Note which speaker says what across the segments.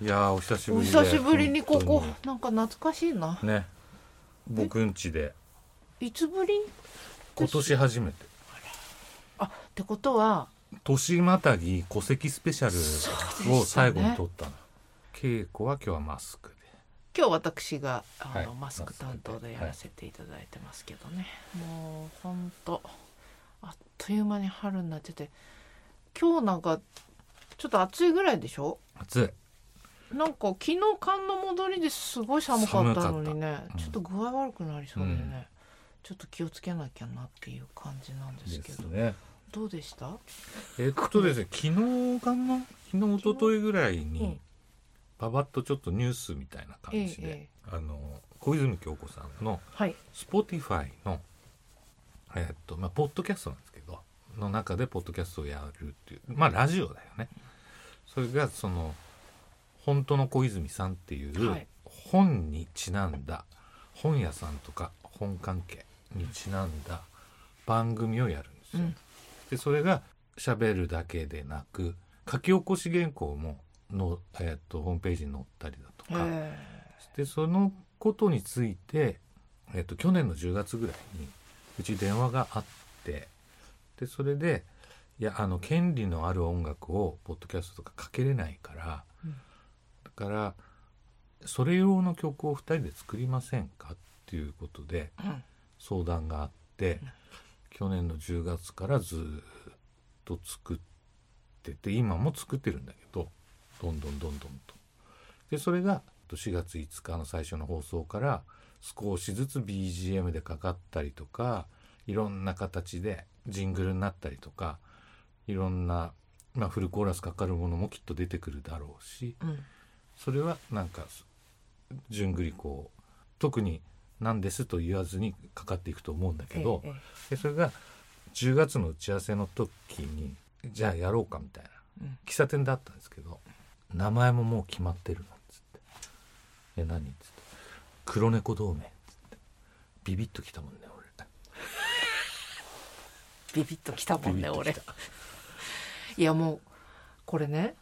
Speaker 1: いやーお久しぶ
Speaker 2: お
Speaker 1: りで
Speaker 2: 久しぶりにここ
Speaker 1: 本
Speaker 2: なんか懐かしいな
Speaker 1: 当にね僕ん家で
Speaker 2: いつぶり
Speaker 1: 今年初めて
Speaker 2: あってことは
Speaker 1: 年またぎ戸籍スペシャルを最後に撮ったの、稽古は今日はマスク
Speaker 2: 今日私があの、
Speaker 1: はい
Speaker 2: マスク担当でやらせていただいてますけどね、もうほんとあっという間に春になってて今日なんかちょっと暑いぐらいでしょ
Speaker 1: で暑い
Speaker 2: なんか昨日寒の戻りですごい寒かったのにね、
Speaker 1: うん
Speaker 2: ちょっと具合悪くなりそうでね、
Speaker 1: うん
Speaker 2: ちょっと気をつけなきゃなっていう感じなんですけ
Speaker 1: です
Speaker 2: ど
Speaker 1: ね
Speaker 2: どうでした
Speaker 1: えっとですね昨日かな昨日一昨日ぐらい
Speaker 2: うん
Speaker 1: にパパッとちょっとニュースみたいな感じで、
Speaker 2: ええ
Speaker 1: あの小泉京子さんの
Speaker 2: はい
Speaker 1: Spotify のえっとまあポッドキャストなんですけどの中でポッドキャストをやるっていうまあラジオだよねそれがその本当の小泉さんっていう、
Speaker 2: はい
Speaker 1: 本にちなんだ本屋さんとか本関係にちなんだ番組をやるんですよ、
Speaker 2: うん
Speaker 1: でそれが喋るだけでなく書き起こし原稿もの、えっとホームページに載ったりだとか、
Speaker 2: え
Speaker 1: でそのことについて、えっと去年の10月ぐらいにうち電話があってでそれでいやあの権利のある音楽をポッドキャストとかかけれないから、
Speaker 2: うん
Speaker 1: だからそれ用の曲を2人で作りませんかっていうことで
Speaker 2: ーうん
Speaker 1: 相談があって、去年の10月からずーっと作ってて今も作ってるんだけどどんどんどんどんと。でそれが4月5日の最初の放送から少しずつ BGM でかかったりとかいろんな形でジングルになったりとかいろんな、まあ、フルコーラスかかるものもきっと出てくるだろうし。
Speaker 2: うん
Speaker 1: それはなんか順繰りこう特に「何です」と言わずにかかっていくと思うんだけど、
Speaker 2: えええ
Speaker 1: でそれが10月の打ち合わせの時にじゃあやろうかみたいな
Speaker 2: えうん
Speaker 1: 喫茶店だったんですけど名前ももう決まってるのっつって「え何?」っつって「黒猫同盟」っつってビビッときたもんね俺。
Speaker 2: ビビッときたもん
Speaker 1: ビビ
Speaker 2: ね
Speaker 1: ッと
Speaker 2: 俺
Speaker 1: きた
Speaker 2: いやもうこれね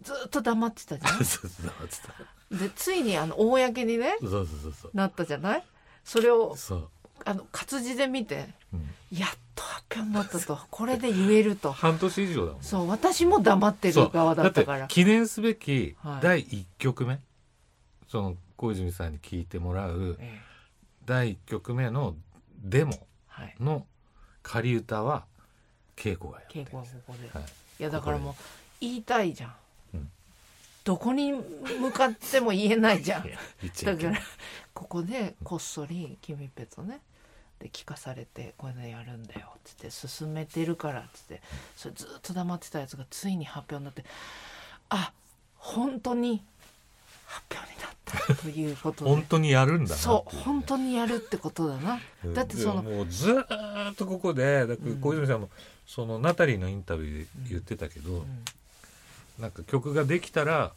Speaker 2: ずーっと黙ってたじゃ
Speaker 1: そうそうそうつって
Speaker 2: んでついにあの公にね
Speaker 1: そうそうそう
Speaker 2: なったじゃないそれを
Speaker 1: そう、
Speaker 2: あの活字で見て
Speaker 1: うん、
Speaker 2: やっと発表になったとこれで言えると
Speaker 1: 半年以上だもん
Speaker 2: そう私も黙って
Speaker 1: そ
Speaker 2: る
Speaker 1: う
Speaker 2: 側だったから
Speaker 1: って記念すべき
Speaker 2: はい
Speaker 1: 第1曲目、その小泉さんに聞いてもらう
Speaker 2: ええ
Speaker 1: 第1曲目のデモ
Speaker 2: はい
Speaker 1: の仮歌は稽古がやって
Speaker 2: 稽
Speaker 1: る
Speaker 2: 古はここで
Speaker 1: はい
Speaker 2: いやだからもう言いたいじゃん、
Speaker 1: うん
Speaker 2: どこに向かっても言えないじゃん
Speaker 1: いや言っちゃ
Speaker 2: だ
Speaker 1: いけ
Speaker 2: か
Speaker 1: ない
Speaker 2: ら ここでこっそり「君ペとね」で聞かされて「これでやるんだよ」っつって「進めてるから」っつってそれずっと黙ってたやつがついに発表になって「あ本当に発表になった」ということで
Speaker 1: 本当にやるんだな
Speaker 2: そう
Speaker 1: ってい
Speaker 2: 本当にやるってことだな
Speaker 1: うん
Speaker 2: だってその
Speaker 1: でももうずーっとここでだから小泉さんも、そのナタリーのインタビューで言ってたけど、
Speaker 2: うん
Speaker 1: なんか曲ができたら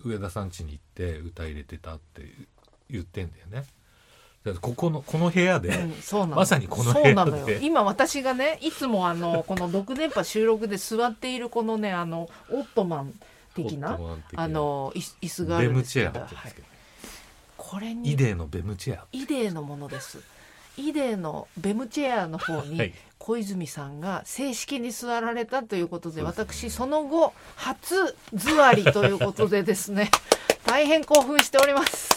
Speaker 1: 上田さん家に行って歌入れてたって言ってんだよね。だからここのこの部屋で、
Speaker 2: うんそうなの
Speaker 1: まさにこの部
Speaker 2: そう
Speaker 1: 屋
Speaker 2: なのよ
Speaker 1: で
Speaker 2: 今私がねいつもあのこの6電波収録で座っているこのねあのオットマン的な
Speaker 1: ホットマン的な
Speaker 2: あのい椅子があ
Speaker 1: ベ
Speaker 2: るん
Speaker 1: ム
Speaker 2: です
Speaker 1: チェ
Speaker 2: け
Speaker 1: ア
Speaker 2: ど、
Speaker 1: っ
Speaker 2: は
Speaker 1: て言うんで
Speaker 2: い
Speaker 1: すけど、
Speaker 2: これ
Speaker 1: イ
Speaker 2: に
Speaker 1: デーのベムチェア。
Speaker 2: イデーのものですイデーのベムチェアの方
Speaker 1: は
Speaker 2: に
Speaker 1: い
Speaker 2: 小泉さんが正式に座られたということで、
Speaker 1: そうですね
Speaker 2: 私その後初座りということでですね 大変興奮しております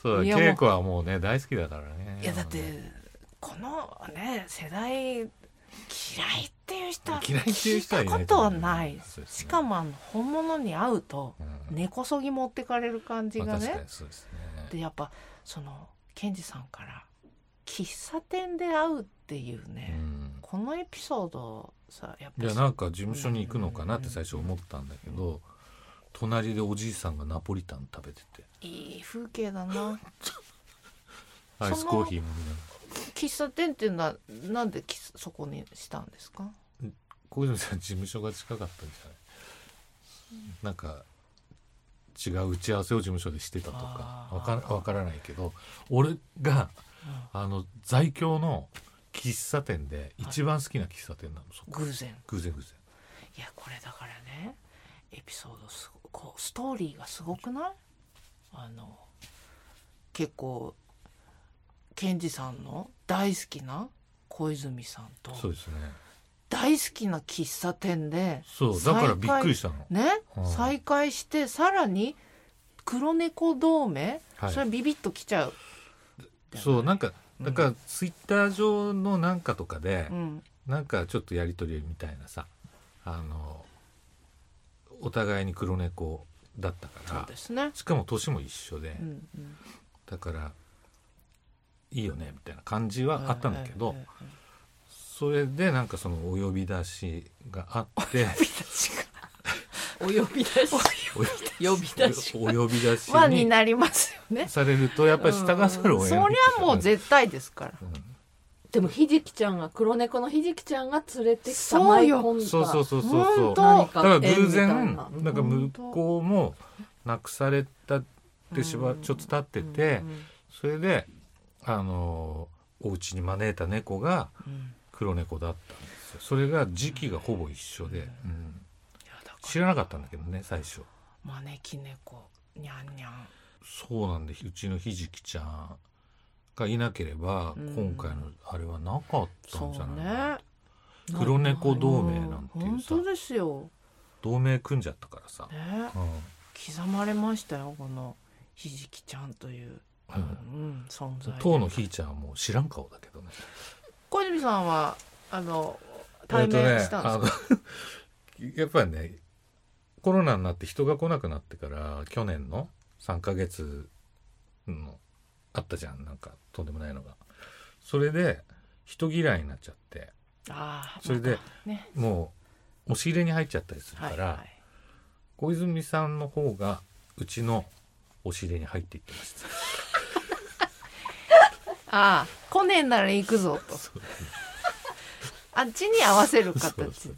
Speaker 1: そう
Speaker 2: い
Speaker 1: だ
Speaker 2: やもう
Speaker 1: 稽古はもうね大好きだからね。
Speaker 2: いやだってこのね世代嫌いっていう人は
Speaker 1: 嫌いっていう人は
Speaker 2: 聞
Speaker 1: い
Speaker 2: い
Speaker 1: な
Speaker 2: た
Speaker 1: い
Speaker 2: ことはない
Speaker 1: そうですね
Speaker 2: しかもあの本物に会うと
Speaker 1: うん、
Speaker 2: 根こそぎ持ってかれる感じ
Speaker 1: まあ、
Speaker 2: が
Speaker 1: 確か
Speaker 2: ね
Speaker 1: にそうです
Speaker 2: で
Speaker 1: ね。
Speaker 2: やっぱそのケンジさんから喫茶店で会うっていう
Speaker 1: う
Speaker 2: ね、
Speaker 1: ん
Speaker 2: このエピソードさやっ
Speaker 1: い
Speaker 2: ぱ
Speaker 1: やなんか事務所に行くのかなって最初思ったんだけど、隣でおじいさんがナポリタン食べてて
Speaker 2: いい風景だな
Speaker 1: アイスコーヒー飲みながら
Speaker 2: 喫茶店っていうのはなんできそこにしたんですか
Speaker 1: 小泉さん事務所が近かったんじゃないなんか違う打ち合わせを事務所でしてたとか
Speaker 2: あー
Speaker 1: わからわからないけど俺があの在京の喫茶店で一番好きな喫茶店なのそこ
Speaker 2: 偶然
Speaker 1: 偶然偶然
Speaker 2: いやこれだからねエピソードすごとストーリーがすごくないあの結構健二さんの大好きな小泉さんと
Speaker 1: そうですね
Speaker 2: 大好きな喫茶店で
Speaker 1: そうだからびっくりしたの
Speaker 2: ね、
Speaker 1: うん
Speaker 2: 再開してさらに黒猫同盟、
Speaker 1: はい
Speaker 2: それビビッときちゃう、
Speaker 1: そうなんか
Speaker 2: うん
Speaker 1: だからツイッター上のなんかとかで、
Speaker 2: うん、
Speaker 1: なんかちょっとやり取りみたいなさあのお互いに黒猫だった
Speaker 2: そ
Speaker 1: か
Speaker 2: う
Speaker 1: ら
Speaker 2: ですね、
Speaker 1: しかも年も一緒で、
Speaker 2: うんうん、
Speaker 1: だからいいよねみたいな感じはあったんだけど、
Speaker 2: うんうんうん うん
Speaker 1: それでなんかそのお呼び出しがあ って
Speaker 2: 呼び出しがお呼 び出し呼び出し
Speaker 1: お呼び出し
Speaker 2: はに
Speaker 1: に
Speaker 2: なりますよね
Speaker 1: されるとやっぱり従わざるを得ない、
Speaker 2: うんそりゃもう絶対ですから
Speaker 3: でもひじきちゃんが黒猫のひじきちゃんが連れてきた
Speaker 2: そうよ
Speaker 3: 舞い込んだ
Speaker 1: そうそうそうそうそ
Speaker 2: 本
Speaker 1: う
Speaker 2: 当
Speaker 3: 何
Speaker 1: だ
Speaker 3: か
Speaker 1: から
Speaker 3: 縁
Speaker 1: 偶
Speaker 3: みたい
Speaker 1: 然
Speaker 3: な
Speaker 1: なんか向こうもなくされたってしば
Speaker 2: うん
Speaker 1: ちょっと経っててそれであのお家に招いた猫が
Speaker 2: うんうんうんい
Speaker 1: 黒猫だったんですよそれが時期がほぼ一緒で、うん
Speaker 2: やだから
Speaker 1: 知らなかったんだけどね最初
Speaker 2: 招き猫にゃんにゃん
Speaker 1: そうなんでうちのひじきちゃんがいなければ
Speaker 2: うん
Speaker 1: 今回のあれはなかった
Speaker 2: そ
Speaker 1: んじゃ
Speaker 2: う
Speaker 1: ないかな
Speaker 2: ね
Speaker 1: 黒猫同盟なんていうさ
Speaker 2: 本当ですよ
Speaker 1: 同盟組んじゃったからさ、
Speaker 2: ね
Speaker 1: うん
Speaker 2: 刻まれましたよこのひじきちゃんという、
Speaker 1: う
Speaker 2: うんん、存在
Speaker 1: 当のひーちゃんはもう知らん顔だけどね。
Speaker 2: 小泉さんはあの対面したんですか、
Speaker 1: えっとねあの やっぱりねコロナになって人が来なくなってから去年の3ヶ月のあったじゃんなんかとんでもないのが。それで人嫌いになっちゃって
Speaker 2: ああ
Speaker 1: それで
Speaker 2: ね
Speaker 1: もう押し入れに入っちゃったりするか
Speaker 2: は
Speaker 1: ら
Speaker 2: い、は
Speaker 1: 小泉さんの方がうちの押し入れに入っていってました。
Speaker 2: い、ああ来ねえなら行くぞと あっちに合わせる形で
Speaker 1: そうそう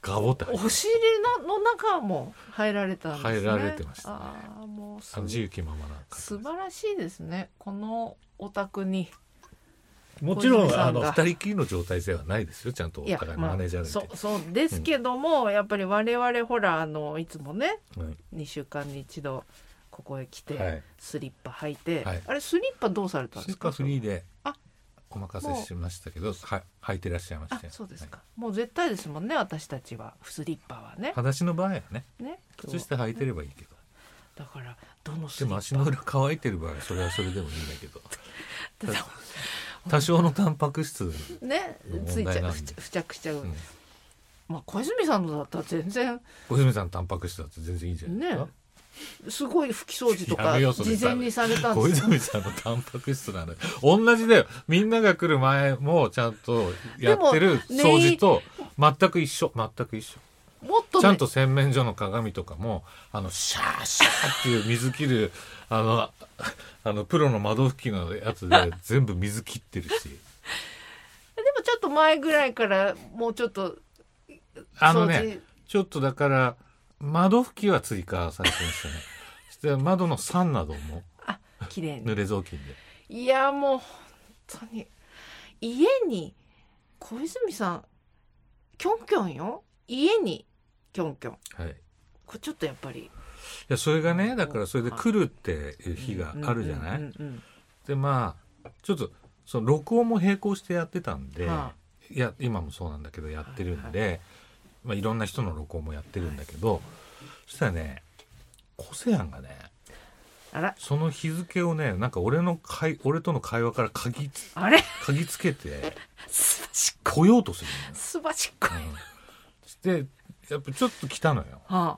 Speaker 1: ガボって入って
Speaker 2: 押し入れの中も入られたんですね
Speaker 1: 入られてましたね
Speaker 2: ああもうす
Speaker 1: あの自由気ままな感じ
Speaker 2: 素晴らしいですねこのお宅に
Speaker 1: もちろ
Speaker 2: 小泉
Speaker 1: ん
Speaker 2: さ
Speaker 1: あ
Speaker 2: んが
Speaker 1: の二人きりの状態ではないですよちゃんとお
Speaker 2: いや
Speaker 1: 互い
Speaker 2: まあ
Speaker 1: マネージャーでいて
Speaker 2: そうそうですけども、やっぱり我々ほらあのいつもね
Speaker 1: はい
Speaker 2: 2週間に一度ここへ来て、
Speaker 1: はい
Speaker 2: スリッパ履いて、
Speaker 1: はい
Speaker 2: あれスリッパどうされたんで
Speaker 1: ス
Speaker 2: す
Speaker 1: ーパ
Speaker 2: か
Speaker 1: ーフリーで
Speaker 2: あ
Speaker 1: お任せしましたけどは履いてらっしゃいまし
Speaker 2: あ
Speaker 1: たよ
Speaker 2: そうですか、
Speaker 1: は
Speaker 2: もう絶対ですもんね私たちはスリッパはね
Speaker 1: い裸足の場合はね
Speaker 2: ね
Speaker 1: 靴下履いてればいいけど
Speaker 2: だからどのス
Speaker 1: で
Speaker 2: リッ
Speaker 1: も
Speaker 2: パ
Speaker 1: 足の裏乾いてる場合はそれはそれでもいいんだけ ど
Speaker 2: だか
Speaker 1: 多少のタンパク質
Speaker 2: ね
Speaker 1: 問
Speaker 2: ついち
Speaker 1: 題な
Speaker 2: ゃ
Speaker 1: ん
Speaker 2: う
Speaker 1: で
Speaker 2: 付着付着しちゃう、
Speaker 1: うん
Speaker 2: まあ小泉さんのだったら全然
Speaker 1: 小泉さんタンパク質だって全然いいんじゃないです
Speaker 2: ね
Speaker 1: か
Speaker 2: すごい拭き掃除と
Speaker 1: や
Speaker 2: か
Speaker 1: めようそれ
Speaker 2: 事前にされたん
Speaker 1: 小
Speaker 2: ですよ
Speaker 1: 泉さんのタンパク質なんだ同じだよみんなが来る前もちゃんとやってる
Speaker 2: でも
Speaker 1: 掃除と全く一緒全く一緒
Speaker 2: もっとね
Speaker 1: ちゃんと洗面所の鏡とかもあのシャーシャーっていう水切る あのああのプロの窓拭きのやつ で全部水切ってるし
Speaker 2: でもちょっと前ぐらいからもうちょっと
Speaker 1: あの
Speaker 2: 掃
Speaker 1: ね
Speaker 2: 除
Speaker 1: ちょっとだから窓拭きは追加されてましたねそして窓の酸なども
Speaker 2: あ綺麗に
Speaker 1: 濡れ雑巾で
Speaker 2: いやもう本当に家に小泉さんキョンキョンよ家にキョンキョン
Speaker 1: はいい
Speaker 2: これちょっとやっぱり
Speaker 1: やそれがねだからそれで来るっていう日があるじゃない、
Speaker 2: うんうんうん
Speaker 1: でまあちょっとその録音も並行してやってたんで、、
Speaker 2: はい
Speaker 1: や今もそうなんだけどやってるんで、いまあ、いろんな人の録音もやってるんだけど、そしたらねコセアンがね
Speaker 2: あら
Speaker 1: その日付をねなんか俺の会俺との会話から嗅ぎつ
Speaker 2: あれ
Speaker 1: 嗅ぎつけて
Speaker 2: すばしっこ
Speaker 1: 来ようとする
Speaker 2: すばしっこ
Speaker 1: のよ、うん、でやっぱちょっと来たのよ
Speaker 2: は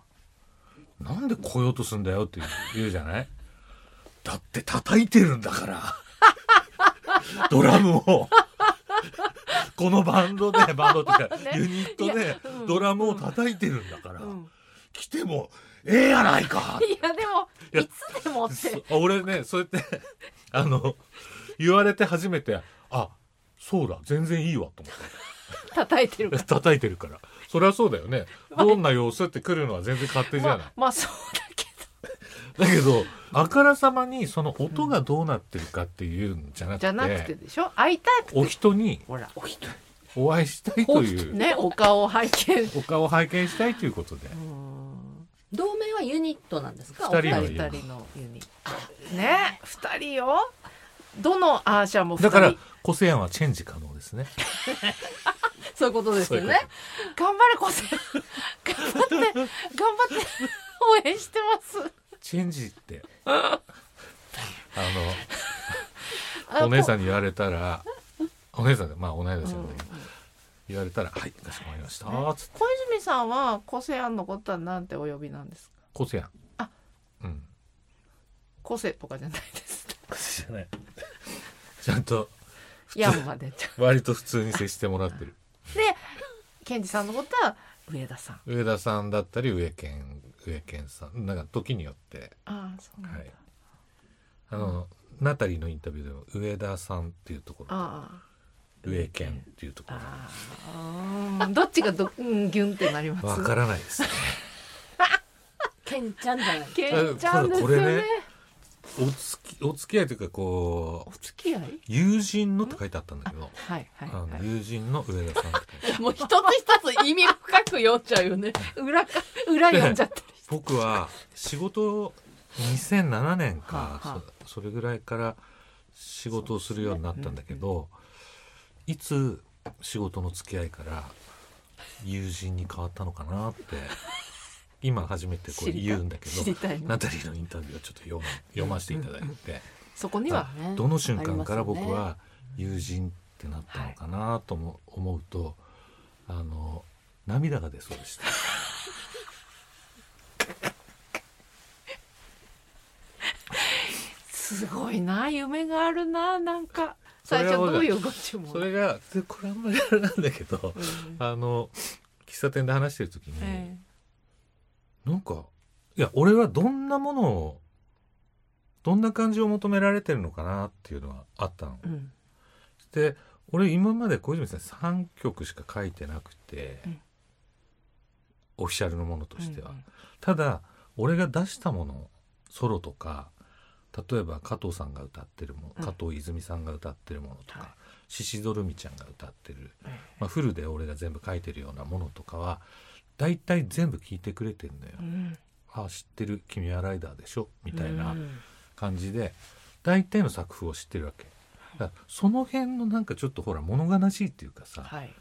Speaker 1: なんで来ようとすんだよって言うじゃないだって叩いてるんだから ドラムをこのバンド でバンドっていうか、ユニット
Speaker 2: い
Speaker 1: で
Speaker 2: やうん
Speaker 1: ドラムを叩いてるんだから、
Speaker 2: あ、うん、
Speaker 1: 来てもええやないか
Speaker 2: いやでも
Speaker 1: いや
Speaker 2: いつでもって
Speaker 1: そ俺ねそうやって あの言われて初めてあそうだ全然いいわと思っ
Speaker 2: 叩いてるか
Speaker 1: て叩いてるからそれはそうだよ ねどんな様子って来るのは全然勝手
Speaker 2: ら
Speaker 1: じゃない、
Speaker 2: まあまあそうだけ
Speaker 1: だけどあからさまにその音がどうなってるかっていうんじゃな
Speaker 2: ど
Speaker 1: くて,、
Speaker 2: じゃなくてでしょ会いたく
Speaker 1: お
Speaker 2: て
Speaker 1: 人に
Speaker 2: ほらお人
Speaker 1: お会いしたいという
Speaker 2: ねお顔を拝見
Speaker 1: お顔を拝見したいということで
Speaker 2: うーん
Speaker 3: 同盟はユニットなんですか
Speaker 1: 二人
Speaker 3: お
Speaker 1: のユニ
Speaker 3: 二
Speaker 2: 二人のユニットね二人よどのあーじゃあもう二
Speaker 1: だか
Speaker 2: 人
Speaker 1: ら個性案はチェンジ可能ですね
Speaker 3: そういうことですよ
Speaker 1: そういう
Speaker 3: ね
Speaker 2: 頑張れこせ頑張って頑張って 応援してます
Speaker 1: チェンジって あ
Speaker 2: あ
Speaker 1: のお姉
Speaker 2: ん
Speaker 1: さんに言われたらお姉さんでまあ同い年なんだけど、
Speaker 2: うん
Speaker 1: 言われたら「はいかしこまりました」つって
Speaker 2: 小泉さんは個性案のことはなんてお呼びなんですか
Speaker 1: 個性案
Speaker 2: あ
Speaker 1: うん
Speaker 2: 個性とかじゃないです
Speaker 1: 個性じゃないちゃんと
Speaker 2: ヤンまでちゃん
Speaker 1: 割と普通に接してもらってる
Speaker 2: ケンジさんのことは上田さん
Speaker 1: 上田さんだったり上健上健さんなんか時によって
Speaker 2: ああそうなん
Speaker 1: は
Speaker 2: だ、
Speaker 1: いあの、ナタリーのインタビューでも上田さんっていうところ
Speaker 2: あ
Speaker 1: 上健っていうと
Speaker 2: あ
Speaker 1: こ
Speaker 2: ああうんどっちがど、うん、ギュンってなります
Speaker 1: ろわからないですね
Speaker 3: ケンちゃんじゃない
Speaker 2: ケンちゃんで
Speaker 1: ただ
Speaker 2: すよ
Speaker 1: これ
Speaker 2: ね
Speaker 1: ねお付きお付き合いというかこ
Speaker 2: お
Speaker 1: う
Speaker 2: 付き合い
Speaker 1: 友人のって書いてあったんだけど
Speaker 2: はいはい
Speaker 1: あ
Speaker 2: は
Speaker 1: の
Speaker 2: い
Speaker 1: 友人の上田さんって書いてある
Speaker 3: もう一つ一つ意味深く読んじゃうよね
Speaker 2: 裏か裏読んじゃってる
Speaker 1: 僕は仕事を2007年か、
Speaker 2: はあはあ
Speaker 1: そそれぐらいから仕事をするようになったんだけど、いつ仕事の付き合いから友人に変わったのかなって今初めてこう
Speaker 2: 知りたい
Speaker 1: 言うんだけ
Speaker 2: 知り
Speaker 1: ど
Speaker 2: たいの
Speaker 1: ナタリーのインタビューをちょっと読ま読ませていただいて、
Speaker 2: そこには
Speaker 3: あね
Speaker 1: どの瞬間から僕
Speaker 3: あ
Speaker 1: は友人ってなったのかなとも思うと、あの涙が出そうでした。
Speaker 2: すごいな夢があるななんか
Speaker 1: それ
Speaker 2: 最
Speaker 1: は
Speaker 2: 初どういうご注文
Speaker 1: それがでこれあんまりあれなんだけど
Speaker 2: う。ん
Speaker 1: あの喫茶店で話してる時に、
Speaker 2: え
Speaker 1: なんかいや俺はどんなものをどんな感じを求められてるのかなっていうのはあったの。
Speaker 2: えうん
Speaker 1: で俺今まで小泉さん3曲しか書いてなくて、
Speaker 2: うん
Speaker 1: オフィシャルのものとしては。
Speaker 2: うんうん
Speaker 1: ただ俺が出したものソロとか例えば加藤さんが歌ってるもの、
Speaker 2: うん
Speaker 1: 加藤泉さんが歌ってるものとか、
Speaker 2: はい
Speaker 1: シシドルミちゃんが歌ってる、
Speaker 2: ええ
Speaker 1: まあ、フルで俺が全部書いてるようなものとかは大体全部聞いてくれてんのよ。
Speaker 2: うん
Speaker 1: あ知ってる君はライダーでしょみたいうなん感じで大体の作風を知ってるわけ。だからその辺のなんかちょっとほら物悲しいっていうかさ、
Speaker 2: はい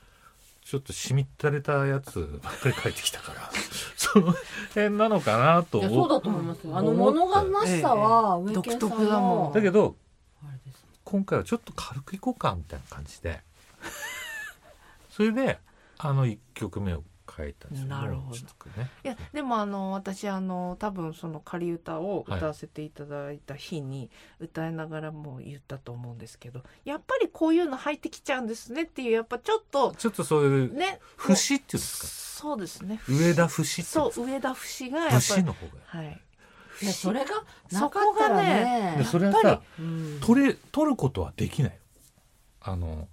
Speaker 1: ちょっとしみったれたやつばっかり書いてきたから その辺なのかなと
Speaker 3: りますよねいや
Speaker 1: 思
Speaker 3: そう
Speaker 1: う
Speaker 3: だと思いますよあの物悲しさは
Speaker 2: ええ
Speaker 3: 上健さ
Speaker 2: 独
Speaker 3: んの
Speaker 2: 特だもん
Speaker 1: だけど
Speaker 3: あれです
Speaker 1: 今回はちょっと軽くいこうかみたいな感じで それであの1曲目を書いたんですよ
Speaker 2: なるほど
Speaker 1: ちょっとね
Speaker 2: いやでもあの私あの多分その仮歌を
Speaker 1: はい
Speaker 2: 歌わせていただいた日に歌いながらも言ったと思うんですけど、やっぱりこういうの入ってきちゃうんですねっていうやっぱちょっと
Speaker 1: ちょっとそういう
Speaker 2: ね
Speaker 1: 節っていうんですか
Speaker 2: そうですね
Speaker 1: 上田節っていうん
Speaker 2: そ
Speaker 1: です
Speaker 2: う上田節が
Speaker 1: か
Speaker 2: やっぱ
Speaker 1: 節
Speaker 2: り
Speaker 1: の方が
Speaker 2: はい
Speaker 3: いやそれがな
Speaker 2: そ
Speaker 3: か
Speaker 2: こ
Speaker 3: っ
Speaker 2: が
Speaker 3: たら
Speaker 2: ね
Speaker 1: で
Speaker 3: ね
Speaker 1: それは
Speaker 2: やっ
Speaker 1: さ
Speaker 2: ぱ
Speaker 3: うん
Speaker 1: 取れ取ることはできないあの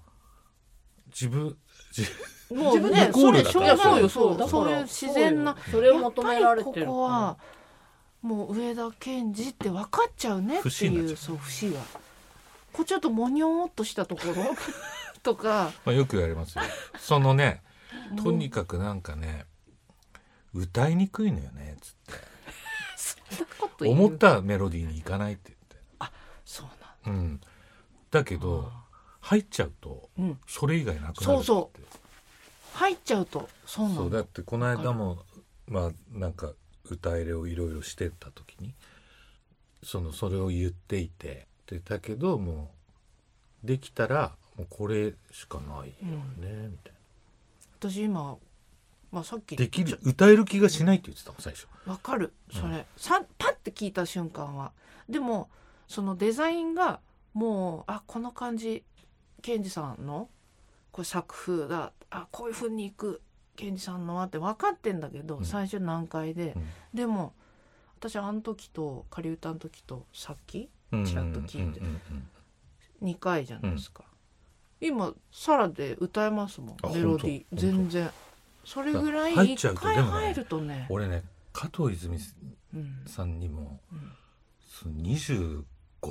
Speaker 1: 自分自
Speaker 2: も
Speaker 3: 自
Speaker 2: う
Speaker 3: 分
Speaker 2: ね
Speaker 3: で
Speaker 1: ゴー
Speaker 2: そ
Speaker 1: ル
Speaker 2: れ
Speaker 1: だ
Speaker 2: し
Speaker 1: か
Speaker 2: ょう
Speaker 1: ら
Speaker 2: がない
Speaker 1: い
Speaker 2: よ
Speaker 1: や
Speaker 2: そう
Speaker 3: だから
Speaker 2: そういう自然な
Speaker 3: それを求められ
Speaker 2: や
Speaker 3: てる
Speaker 2: っぱりここはもう上田健二って分かっちゃうねって
Speaker 1: 節に
Speaker 2: い
Speaker 1: なっちゃ
Speaker 2: う
Speaker 1: う
Speaker 2: そう節がこうちょっともにょーっとしたと ころとか
Speaker 1: まあ、よく言われますよそのね
Speaker 2: もう
Speaker 1: とにかくなんかね歌いにくいのよねつっ
Speaker 2: そんなこと
Speaker 1: て
Speaker 2: 言う
Speaker 1: 思ったメロディーにいかないって
Speaker 2: そうなんだ
Speaker 1: 言って、うん、だけど入っちゃうと
Speaker 2: うん
Speaker 1: それ以外なくなる
Speaker 2: そうそ
Speaker 1: って
Speaker 2: 入っちゃうとそうな
Speaker 1: そ
Speaker 2: ん
Speaker 1: う
Speaker 2: だ
Speaker 1: だってこの間もまあなんか歌入れをいろいろしてた時にそのそれを言っていてでだけどもうできたらもうこれしかないよねみたい
Speaker 2: 私今まあさっき
Speaker 1: なできる歌える気がしないって言ってたもん最初
Speaker 2: わかる
Speaker 1: うん
Speaker 2: それ、さパッて聞いた瞬間はでもそのデザインがもうあこの感じケンジさんのこれ作風だあこういう風にいくケンジさんのはって分かってんだけど、
Speaker 1: うん
Speaker 2: 最初難解で、
Speaker 1: うん
Speaker 2: でも私あの時と仮歌の時とさっきちらっと聞いて
Speaker 1: うんうんうん
Speaker 2: 2回じゃないですか、今サラで歌えますも
Speaker 1: あ
Speaker 2: んメロディー
Speaker 1: 本当
Speaker 2: 全然それぐらい
Speaker 1: 入っちゃ
Speaker 2: 1
Speaker 1: うと
Speaker 2: 回
Speaker 1: でもね
Speaker 2: 入るとね
Speaker 1: 俺ね加藤泉
Speaker 2: うん
Speaker 1: さんにも
Speaker 2: うん
Speaker 1: その25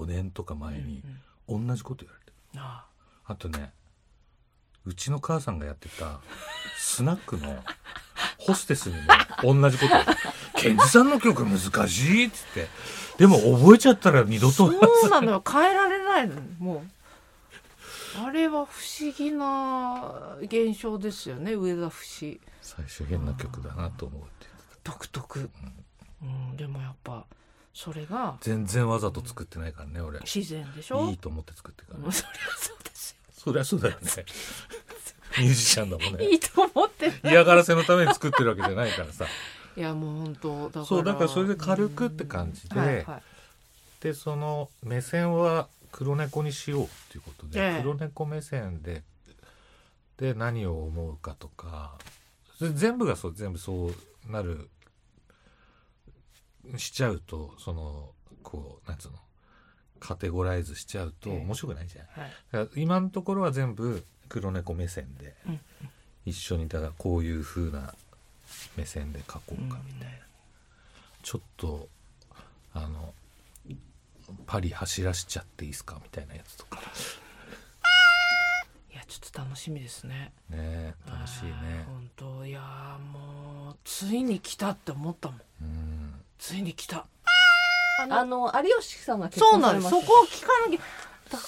Speaker 1: 年とか前に
Speaker 2: うんうん
Speaker 1: 同じこと言われてる
Speaker 2: あ
Speaker 1: あとねうちの母さんがやってたスナックのホステスにも同じこと言われてるケンジさんの曲難しいっつってでも覚えちゃったら二度と
Speaker 2: そうなのよ変えられないのもうあれは不思議な現象ですよね上田節
Speaker 1: 最初変な曲だなと思うって
Speaker 2: 独特、うん、でもやっぱそれが
Speaker 1: 全然わざと作ってないからね俺
Speaker 2: 自然でしょ
Speaker 1: いいと思って作ってるから、
Speaker 2: うんそれはそうです
Speaker 1: そりゃそうだよねミュージシャンだもん
Speaker 2: よ
Speaker 1: ね
Speaker 2: いいと思ってない
Speaker 1: 嫌がらせのために作ってるわけじゃないからさ
Speaker 2: いやもう本当だから
Speaker 1: そうだからそれで軽くって感じで
Speaker 2: うんはいはい
Speaker 1: でその目線は黒猫にしようっていうことで、
Speaker 2: ええ
Speaker 1: 黒猫目線でで何を思うかとかそれ全部がそう全部そうなるしちゃうとそのこうなんつうのカテゴライズしちゃうと
Speaker 2: ええ
Speaker 1: 面白くないじゃん。
Speaker 2: はい
Speaker 1: だから今のところは全部黒猫目線で、
Speaker 2: うん
Speaker 1: 一緒にだからこういう風な目線で描こうかみたいな、ちょっとあのパリ走らしちゃっていいですかみたいなやつとか
Speaker 2: いやちょっと楽しみですね
Speaker 1: ね楽しいね
Speaker 2: 本当いやーもうついに来たって思ったもん
Speaker 1: うん
Speaker 2: ついに来たあの
Speaker 3: あの有吉さんが結
Speaker 2: そう
Speaker 3: 婚
Speaker 2: な
Speaker 3: さ
Speaker 2: ん
Speaker 3: れ
Speaker 2: で
Speaker 3: ますした
Speaker 2: そこ
Speaker 3: よ
Speaker 2: を聞かなきゃだ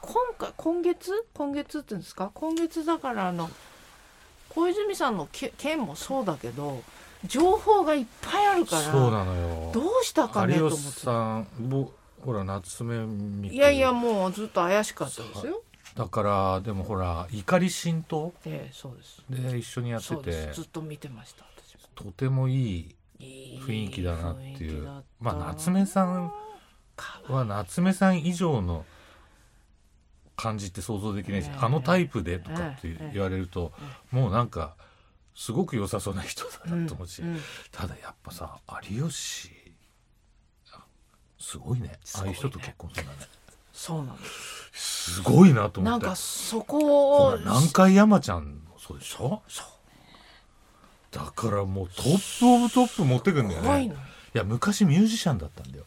Speaker 2: 今回今月今月って言うんですか今月だからあの小泉さんのけ件もそうだけど情報がいっぱいあるから
Speaker 1: そうなのよ
Speaker 2: どうしたかねと
Speaker 1: 有
Speaker 2: 思っ
Speaker 1: 吉
Speaker 2: て
Speaker 1: さんぼほら夏目み
Speaker 2: いやいやもうずっと怪しかったですよ
Speaker 1: だからでもほら怒り浸透
Speaker 2: ええそうです
Speaker 1: で一緒にやって
Speaker 2: そう
Speaker 1: て
Speaker 2: ですずっと見てました私も
Speaker 1: とてもいい
Speaker 2: いい
Speaker 1: 雰囲気だなっていう
Speaker 2: 雰囲気だった
Speaker 1: まあ夏目さん
Speaker 2: か
Speaker 1: は夏目さん以上の感じって想像できないし、
Speaker 2: ええ
Speaker 1: あのタイプでとかって言われると、もうなんかすごく良さそうな人だなと思うし、
Speaker 2: うんうん
Speaker 1: ただやっぱさ有吉あすごいね
Speaker 2: す
Speaker 1: あ
Speaker 2: ご
Speaker 1: あ
Speaker 2: い
Speaker 1: いう
Speaker 2: ね
Speaker 1: 人と結婚するんだね
Speaker 2: そうなんです
Speaker 1: すごいなと思
Speaker 2: な
Speaker 1: っ
Speaker 2: ん
Speaker 1: て
Speaker 2: かそこ
Speaker 1: ほ
Speaker 2: を
Speaker 1: ら南海山ちゃんもそうでしょ
Speaker 2: そう
Speaker 1: だからもうトップオブトップ持ってくんだよ
Speaker 2: 怖い
Speaker 1: ね
Speaker 2: のよ
Speaker 1: いや昔ミュージシャンだったんだよ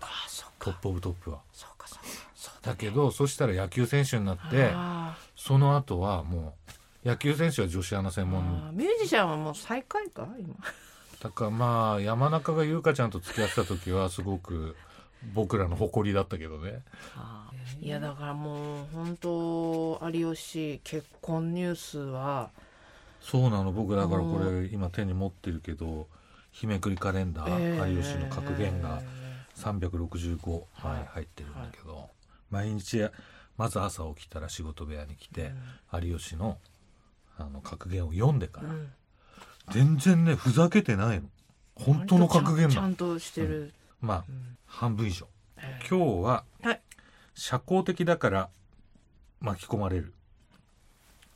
Speaker 2: ああそっ
Speaker 1: ト
Speaker 2: か
Speaker 1: ップオブトップは
Speaker 2: そうかそうかそうだ
Speaker 1: だけどそしたら野球選手になって
Speaker 2: あ
Speaker 1: その後はもう野球選手は女子アナ
Speaker 2: ー
Speaker 1: 専門
Speaker 2: あーミュージシャンはもう最下位か今
Speaker 1: だからまあ山中が優香ちゃんと付き合ってた時はすごく僕らの誇りだったけどね
Speaker 2: いやだからもう本当有吉結婚ニュースは
Speaker 1: そうなの僕だからこ
Speaker 2: あ
Speaker 1: れ今手に持ってるけど「日めくりカレンダ
Speaker 2: え
Speaker 1: ー」
Speaker 2: ー
Speaker 1: 有吉の格言が365
Speaker 2: は
Speaker 1: 枚
Speaker 2: い
Speaker 1: 入ってるんだけど毎日まず朝起きたら仕事部屋に来て有吉のあの格言を読んでか
Speaker 2: う
Speaker 1: ら
Speaker 2: ん
Speaker 1: 全然ねふざけてないの本当の格言
Speaker 2: ちゃんちゃ
Speaker 1: なん
Speaker 2: としてる、
Speaker 1: まあ
Speaker 2: うん
Speaker 1: 半分以上
Speaker 2: えー
Speaker 1: 今日は
Speaker 2: はい
Speaker 1: 社交的だから巻き込まれる、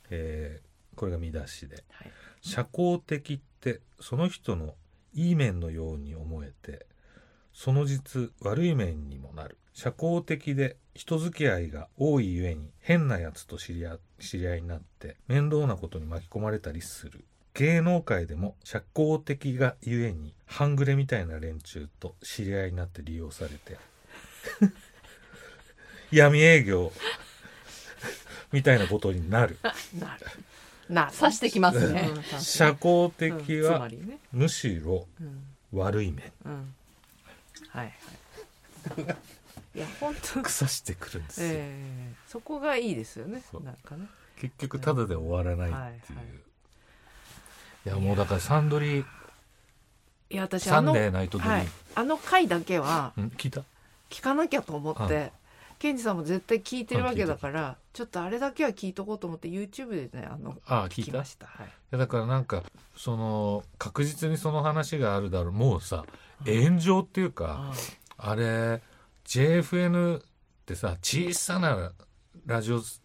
Speaker 1: えーこれが見出しで
Speaker 2: はい
Speaker 1: 社交的ってその人のいい面のように思えてその実悪い面にもなる社交的で人付き合いが多いゆえに変なやつと知り合知り合いになって面倒なことに巻き込まれたりする芸能界でも社交的がゆえに半グレみたいな連中と知り合いになって利用されて 闇営業みたいなことになる
Speaker 2: なるなる
Speaker 3: 刺してきますね
Speaker 2: うん刺す
Speaker 1: 社交的
Speaker 2: うんつま
Speaker 1: は
Speaker 2: りね、
Speaker 1: むしろ
Speaker 2: うん
Speaker 1: 悪い面
Speaker 2: うん、はいはいいや本 当に
Speaker 1: 腐してくるんですよ、
Speaker 2: ええそこがいいですよね
Speaker 1: そう
Speaker 2: なんかね
Speaker 1: 結局ただで終わらないっていう、
Speaker 2: は
Speaker 1: い
Speaker 2: いはい
Speaker 1: やもうだからサンドリー
Speaker 2: いや私
Speaker 1: サ
Speaker 2: あ
Speaker 1: ン
Speaker 2: の
Speaker 1: デーナイトドリーム、
Speaker 2: はい、あの回だけは
Speaker 1: うん聞いた
Speaker 2: 聞かなきゃと思って、
Speaker 1: は
Speaker 2: ケンジさんも絶対聞いてるわけだからちょっとあれだけは聞いとこうと思って YouTube でねあの
Speaker 1: ああ聞い
Speaker 2: き
Speaker 1: た
Speaker 2: ま
Speaker 1: い
Speaker 2: したはい
Speaker 1: やだからなんかその確実にその話があるだろうもうさ炎上っていうか、
Speaker 2: あ
Speaker 1: あれ JFN ってさ小さなラジオス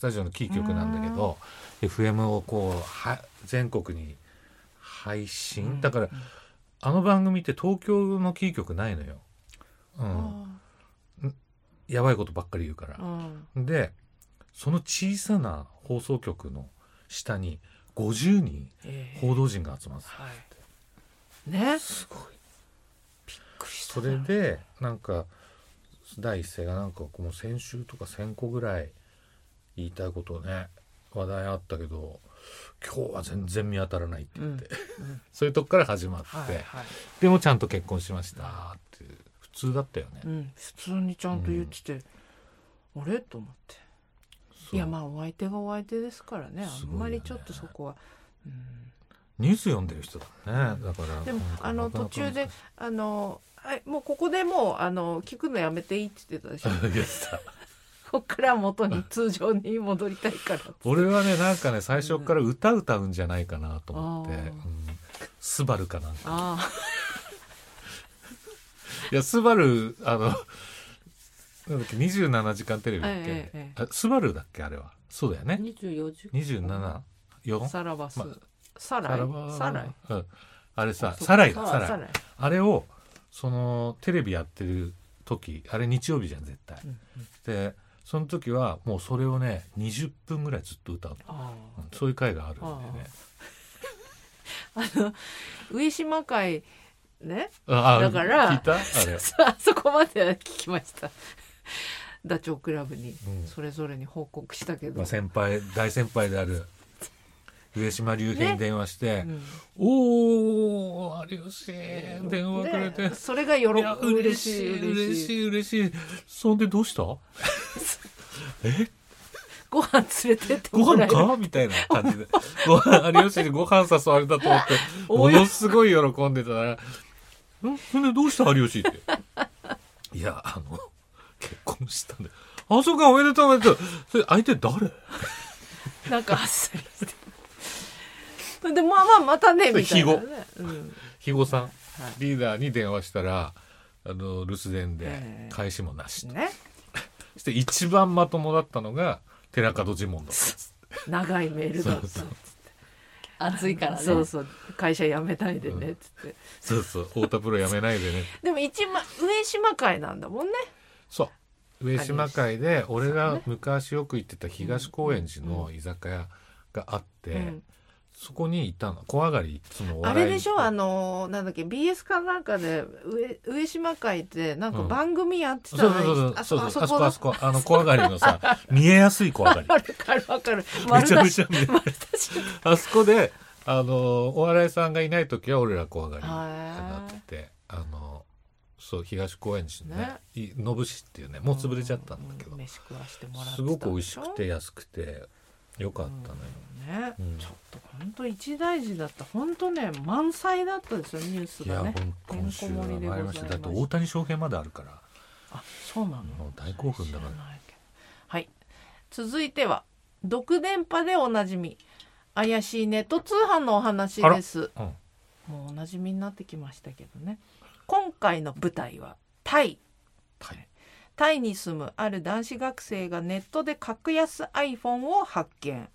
Speaker 1: タジオのキー局なんだけど FM をこうは全国に配信、
Speaker 2: うん
Speaker 1: だからあの番組って東京のキー局ないのよ、うん、
Speaker 2: あ
Speaker 1: やばいことばっかり言うから
Speaker 2: う、ん
Speaker 1: でその小さな放送局の下に50人
Speaker 2: ええ
Speaker 1: 報道陣が集まってた
Speaker 2: はいね
Speaker 1: すごい
Speaker 2: びっくりした
Speaker 1: それでなんか第一声がなんかもう先週とか1,000個ぐらい言いたいことをね話題あったけど今日は全然見当たらないって
Speaker 2: う
Speaker 1: 言っ
Speaker 2: ん
Speaker 1: て、 そういうとこから始まって、
Speaker 2: はいはい
Speaker 1: でもちゃんと結婚しましたっていう普通だったよね、
Speaker 2: うん、普通にちゃんと言ってて、あれと思って
Speaker 1: そう
Speaker 2: いやまあお相手がお相手ですからねあ
Speaker 1: す
Speaker 2: ん
Speaker 1: ごいよね
Speaker 2: まりちょっとそこは、うん、
Speaker 1: ニュース読んでる人だねだから
Speaker 2: でも
Speaker 1: 本当
Speaker 2: あの
Speaker 1: なかな
Speaker 2: 途
Speaker 1: か
Speaker 2: 中であのはいもうここでもうあの聞くのやめていいって言ってたでしょ
Speaker 1: いやさ
Speaker 2: こっから元に通常に戻りたいからって
Speaker 1: 俺はねなんかね最初から歌歌うんじゃないかなと思って「
Speaker 2: あー
Speaker 1: うんスバルかなんか
Speaker 2: あ
Speaker 1: いやスバルあのなんだっけ27時間テレビだっけ、
Speaker 2: えええ
Speaker 1: あスバルだっけあれはそうだよね
Speaker 3: 二十四時間。
Speaker 1: 27よ
Speaker 2: あさらばす、
Speaker 1: ま
Speaker 2: さら
Speaker 1: さ
Speaker 2: い
Speaker 1: らば
Speaker 2: さらい
Speaker 1: うん、あれさ
Speaker 3: あそう
Speaker 1: サライだサ
Speaker 3: さら
Speaker 1: ライ
Speaker 2: さらい
Speaker 1: あれをそのテレビやってる時あれ日曜日じゃん絶対、
Speaker 2: うんうん
Speaker 1: でその時はもうそれをね20分ぐらいずっと歌うの、
Speaker 2: あ
Speaker 1: う
Speaker 2: あ
Speaker 1: んそういう回があるんだよね
Speaker 2: あの上島会ね
Speaker 1: ああ
Speaker 2: だから
Speaker 1: 聞いたあ
Speaker 2: そうあそこまでは聞きました ダチョウ倶楽部に
Speaker 1: うん
Speaker 2: それぞれに報告したけ
Speaker 1: れ、
Speaker 2: ど、
Speaker 1: まあ、先輩大先輩である上島竜兵に電話して「
Speaker 2: うん
Speaker 1: おお有吉電話くれて、
Speaker 2: ねそれが喜
Speaker 1: いや
Speaker 2: ぶ
Speaker 1: 嬉しい嬉しい嬉しいそんでどうした
Speaker 2: ご飯連れてって
Speaker 1: ご
Speaker 2: もら
Speaker 1: 飯
Speaker 2: える
Speaker 1: かみたいな感じで。ご飯、有吉にご飯誘われたと思って、も
Speaker 2: おい
Speaker 1: のすごい喜んでたら、んそれでどうした有吉って。 いや、あの、結婚したんで。あ、そうか、おめでとう、おめでとう。それ、相手誰
Speaker 2: なんかあっさりしてでまあまあまたねみたいなね、うん
Speaker 1: 肥後さん、リーダーに電話したら、あの、留守電で
Speaker 2: え、え
Speaker 1: 返しもなしと。
Speaker 2: ね
Speaker 1: そして、一番まともだったのが、寺門ジモンだった。
Speaker 2: 長いメールだった
Speaker 1: そうそう
Speaker 3: 暑いからね。
Speaker 2: そうそう会社辞めないでねっつって、
Speaker 1: そうそう、太田プロやめないでね。
Speaker 2: でも一番上島会なんだもんね
Speaker 1: そう上島会で俺が昔よく行ってた東高円寺の居酒屋があって、
Speaker 2: うん
Speaker 1: そこにいたの小上がりいつもお
Speaker 2: あ
Speaker 1: 笑い
Speaker 2: れでしょあのなんだっけ BS かなんかで上上島会ってなんか番組やって
Speaker 1: そ
Speaker 2: た
Speaker 1: うそ
Speaker 2: の
Speaker 1: うそうそう
Speaker 2: あ
Speaker 1: そう
Speaker 2: そ
Speaker 1: そう
Speaker 2: あ
Speaker 1: あ
Speaker 2: そ
Speaker 1: そ
Speaker 2: こ
Speaker 1: こあ
Speaker 2: だ
Speaker 1: そこあの小上がりの さ見えやすい小上がり
Speaker 2: わかるわかる
Speaker 1: めちゃめ
Speaker 2: 丸出し
Speaker 1: ちゃ見えやすいあそこであのお笑いさんがいない時は俺ら小上がりになっててあのそう東高円寺のねいのぶしっていうねもう潰れちゃったんだけど、
Speaker 2: う飯食わしてもらってたんでし
Speaker 1: すご
Speaker 2: ょ
Speaker 1: く美味しくて安くてよかったのよ、
Speaker 2: ね、
Speaker 1: うん
Speaker 2: ちょっと本当一大事だった本当ね満載だったですよニュース
Speaker 1: いや、
Speaker 2: がね
Speaker 1: ほん今週は参りました。だって大
Speaker 2: 大
Speaker 1: 谷翔平まであるから。
Speaker 2: あそうなの
Speaker 1: もう大興奮だから
Speaker 2: 知ないけどはい続いては独電波でおなじみ怪しいネット通販のお話です
Speaker 1: うん。
Speaker 2: もうおなじみになってきましたけどね今回の舞台はタイ
Speaker 1: はい。
Speaker 2: タイに住むある男子学生がネットで格安 iPhone を発見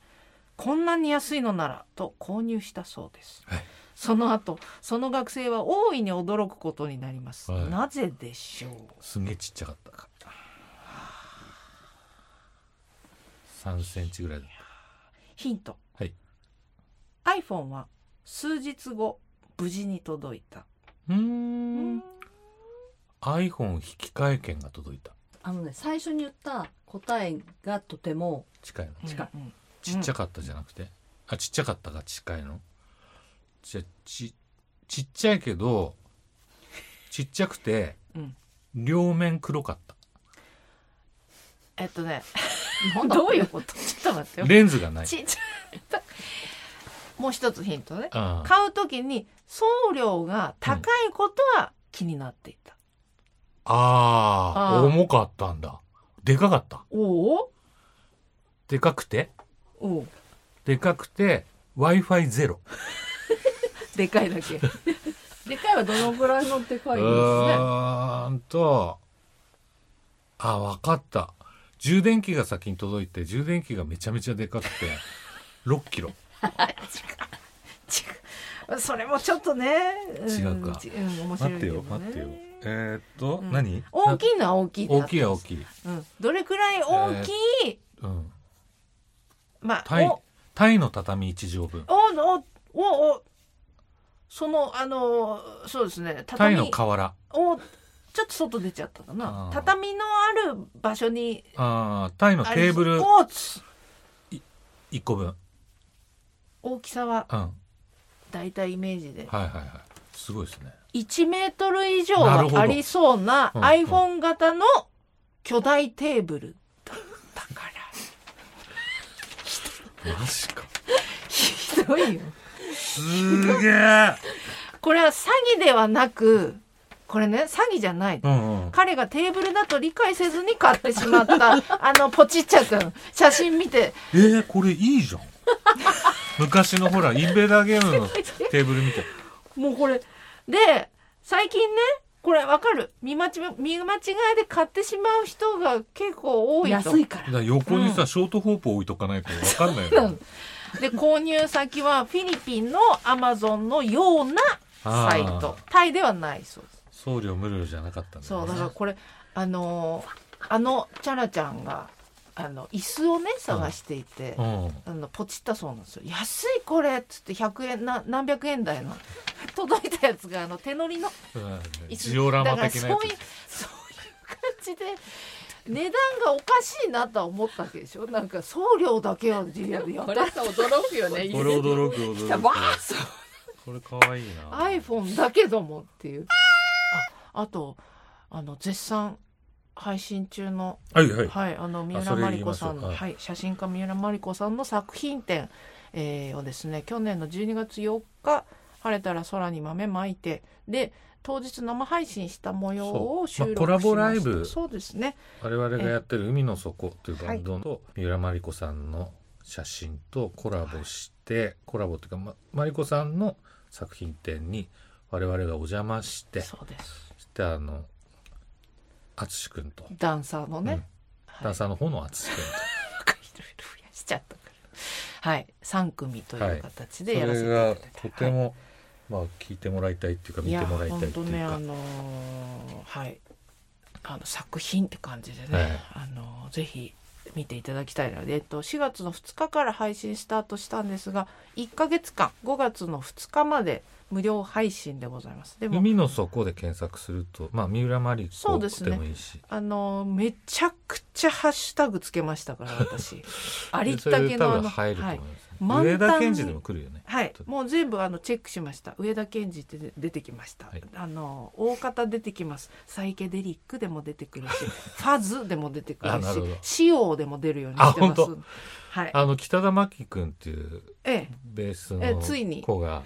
Speaker 2: こんなに安いのならと購入したそうです
Speaker 1: はい。
Speaker 2: その後その学生は大いに驚くことになります、
Speaker 1: はい
Speaker 2: なぜでしょう
Speaker 1: すげえちっちゃかった。三センチぐらいだっ
Speaker 2: ヒント
Speaker 1: た。はい。
Speaker 2: iPhone は数日後無事に届いた
Speaker 1: うーん。iPhone 引き換え券が届いた。
Speaker 3: あのね、最初に言った答えがとて も
Speaker 1: 近いの。
Speaker 3: 近い
Speaker 2: うんうん
Speaker 1: ちっちゃかったじゃなくて。あ、ちっちゃかったが近いの。じゃ、ち、ちっちゃいけど、ちっちゃくて、
Speaker 2: うん
Speaker 1: 両面黒かった。
Speaker 2: えっとね
Speaker 3: なんだ
Speaker 2: どういうことちょっと待ってよ
Speaker 1: レンズがない。
Speaker 2: ちっちゃいもう一つヒントね
Speaker 1: あ
Speaker 2: 買う時に送料が高いことは気になっていた、
Speaker 1: あー
Speaker 2: あー
Speaker 1: 重かったんだでかかった
Speaker 2: おお
Speaker 1: でかくて
Speaker 2: おお
Speaker 1: でかくて w i f i ゼロ
Speaker 2: でかいだ け
Speaker 3: でかいはどのぐらいので
Speaker 1: う
Speaker 3: かいですね。
Speaker 1: ーんとあわかった充電器が先に届いて充電器がめちゃめちゃで かくて6キロ
Speaker 2: 違うそれもちょっとね、ん
Speaker 1: 違うか
Speaker 2: ちうん、面白いけど、ね、
Speaker 1: えーっと、
Speaker 2: うん
Speaker 1: 何
Speaker 2: 大きいのは大きい
Speaker 1: 大きいは
Speaker 2: よ
Speaker 1: 大きい、
Speaker 2: うん、どれくらい大きい、
Speaker 1: うん、
Speaker 2: まあ
Speaker 1: タイタイの畳1畳分
Speaker 2: おおおおおそのあのそうですね
Speaker 1: タイ
Speaker 2: 畳
Speaker 1: の瓦
Speaker 2: をちょっと外出ちゃったかな
Speaker 1: あー
Speaker 2: 畳のある場所に
Speaker 1: あータイの
Speaker 2: あ
Speaker 1: テーブル
Speaker 2: おーつ
Speaker 1: 1個分
Speaker 2: 大きさは
Speaker 1: うんはい
Speaker 2: だいたいイメージで
Speaker 1: はいはいすごいですね
Speaker 2: 1メートル以上
Speaker 1: なるほど
Speaker 2: はありそうな
Speaker 1: うん
Speaker 2: iPhone 型の巨大テーブルだったから
Speaker 1: マジか
Speaker 2: ひどいよ
Speaker 1: すげえ
Speaker 2: これは詐欺ではなくこれね詐欺じゃない、
Speaker 1: うんうん
Speaker 2: 彼がテーブルだと理解せずに買ってしまったあのポチッチャ君写真見て
Speaker 1: えー、これいいじゃん 昔のほらインベーダーゲームのテーブルみたい
Speaker 2: もうこれで最近ねこれわかる見間違見間違いで買ってしまう人が結構多いと
Speaker 3: 安いから
Speaker 1: だから横にさ、ショートホープ置いとかないと分かんないよね
Speaker 2: で購入先はフィリピンのアマゾンの ような
Speaker 1: あー
Speaker 2: サイトタイではないそうです
Speaker 1: 送料無料じゃなかったんだ
Speaker 2: そ
Speaker 1: よ
Speaker 2: う
Speaker 1: ね
Speaker 2: だからこれあのーあのチャラちゃんがあの椅子をね探していて、
Speaker 1: うん
Speaker 2: あのポチったそうなんですよ「安いこれ」っつって100円な何百円台の 届いたやつがあの手乗りの椅子
Speaker 1: ジオラマ的な
Speaker 2: だ
Speaker 1: や
Speaker 2: からそういう
Speaker 1: つ
Speaker 2: そういう感じで値段がおかしいなとは思ったわけでしょなんか送料だけはやや
Speaker 3: こ
Speaker 2: たら
Speaker 3: れさ驚くよね
Speaker 1: これ驚く驚
Speaker 3: た
Speaker 1: く
Speaker 3: わーそう
Speaker 1: これ可愛いな
Speaker 2: iPhone だけどもっていうああとあの絶賛配信中の
Speaker 1: はいはい
Speaker 2: はい、あの三
Speaker 1: そ
Speaker 2: 浦
Speaker 1: れ言
Speaker 2: 真
Speaker 1: い
Speaker 2: 理子
Speaker 1: ましょう
Speaker 2: さんの、
Speaker 1: は
Speaker 2: はいい、写真家三浦真理子さんの作品展、えーをですね去年の12月4日晴れたら空に豆まいてで当日生配信した模様を
Speaker 1: そう
Speaker 2: 収録しました。
Speaker 1: まあコラボライブ
Speaker 2: そうですね。
Speaker 1: 我々がやってる「海の底」というバンドと三浦真理子さんの写真とコラボしてコラボというかま真理子さんの作品展に我々がお邪魔してそ
Speaker 2: そうです。
Speaker 1: してあの淳君と
Speaker 2: ダンサーのね、
Speaker 1: うん
Speaker 2: はい
Speaker 1: ダンサーの方の淳君と。
Speaker 2: いろいろ増やしちゃったから。はい、三組という形で
Speaker 1: そ
Speaker 2: やらせ
Speaker 1: れ
Speaker 2: ていただ
Speaker 1: が
Speaker 2: いて、
Speaker 1: とても、まあ聞いてもらいたいっていうか見
Speaker 2: い
Speaker 1: て
Speaker 2: や
Speaker 1: もらいたいっていうか
Speaker 2: 本当ねあのーはいあの作品って感じでね、
Speaker 1: はい
Speaker 2: あのーぜひ見ていただきたいので、えっと、4月の2日から配信スタートしたんですが1ヶ月間5月の2日まで無料配信でございますでも
Speaker 1: 海の底で検索するとまあ三浦真理
Speaker 2: そ
Speaker 1: 子
Speaker 2: うで
Speaker 1: です
Speaker 2: ね
Speaker 1: もいいし、
Speaker 2: あのーめちゃくちゃハッシュタグつけましたから 私ありっ
Speaker 1: そ
Speaker 2: た
Speaker 1: れ
Speaker 2: け
Speaker 1: で多
Speaker 2: のあ
Speaker 1: 分
Speaker 2: の
Speaker 1: 入ると思い
Speaker 2: はい
Speaker 1: ま
Speaker 2: は
Speaker 1: す、
Speaker 2: い
Speaker 1: 上田健二でも来るよね
Speaker 2: はい、もう全部あのチェックしました。上田健二ってで出てきました。
Speaker 1: はい
Speaker 2: あの大方出てきます。サイケデリックでも出てくる し、ファズでも出てく
Speaker 1: あ
Speaker 2: る
Speaker 1: なるほど
Speaker 2: し、シオでも出るようにしてま
Speaker 1: あ
Speaker 2: す
Speaker 1: 本。
Speaker 2: はい。
Speaker 1: あの北田真希君っていう
Speaker 2: ええ、
Speaker 1: ベース
Speaker 2: え
Speaker 1: の
Speaker 2: ついに
Speaker 1: 子が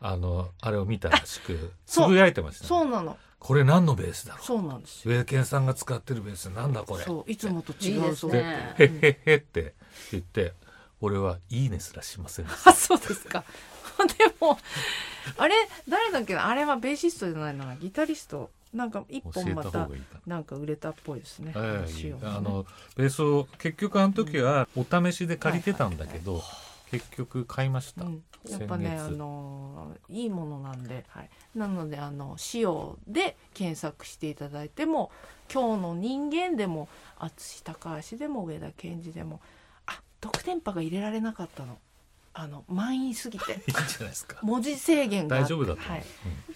Speaker 1: あのあれを見たらしくつ
Speaker 2: そう
Speaker 1: ぶやいてました、
Speaker 2: そ
Speaker 1: ね、
Speaker 2: うなの。
Speaker 1: これ何のベースだろ
Speaker 2: そうなんですよ。
Speaker 1: う上田健さんが使ってるベースなんだこれ
Speaker 2: そう、いつもと
Speaker 3: い
Speaker 2: 違
Speaker 3: いうです
Speaker 2: そう。
Speaker 3: ね
Speaker 1: へっへっへって言って俺はいいねすらしませんでした
Speaker 2: あ、そうですか。でも、あれ誰だっけな。あれはベーシストじゃないのギタリスト。なんか一
Speaker 1: 教え
Speaker 2: 本
Speaker 1: た
Speaker 2: ま
Speaker 1: 方
Speaker 2: た
Speaker 1: がいいかな
Speaker 2: なんか売れたっぽいですね。
Speaker 1: ええ
Speaker 2: シオね
Speaker 1: あのベースを結局あの時はお試しで借りてたんだけど、結局買いました、
Speaker 2: うん、やっぱね
Speaker 1: 先月
Speaker 2: あのーいいものなんで、はい、なのであの仕様で検索していただいても「今日の人間」でも淳高橋でも上田健二でもあ特電波が入れられなかったのあの満員すぎ て
Speaker 1: いいんじゃないですか
Speaker 2: 文字制限があ
Speaker 1: 大
Speaker 2: って
Speaker 1: 丈夫だと思う、
Speaker 2: はい、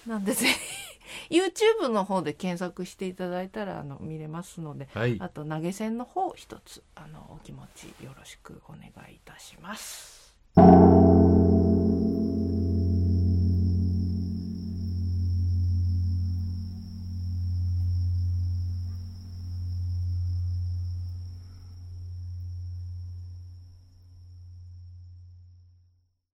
Speaker 2: なんでぜひ YouTube の方で検索していただいたらあの見れますので
Speaker 1: うんはい
Speaker 2: あと投げ銭の方一つあのお気持ちよろしくお願いいたします。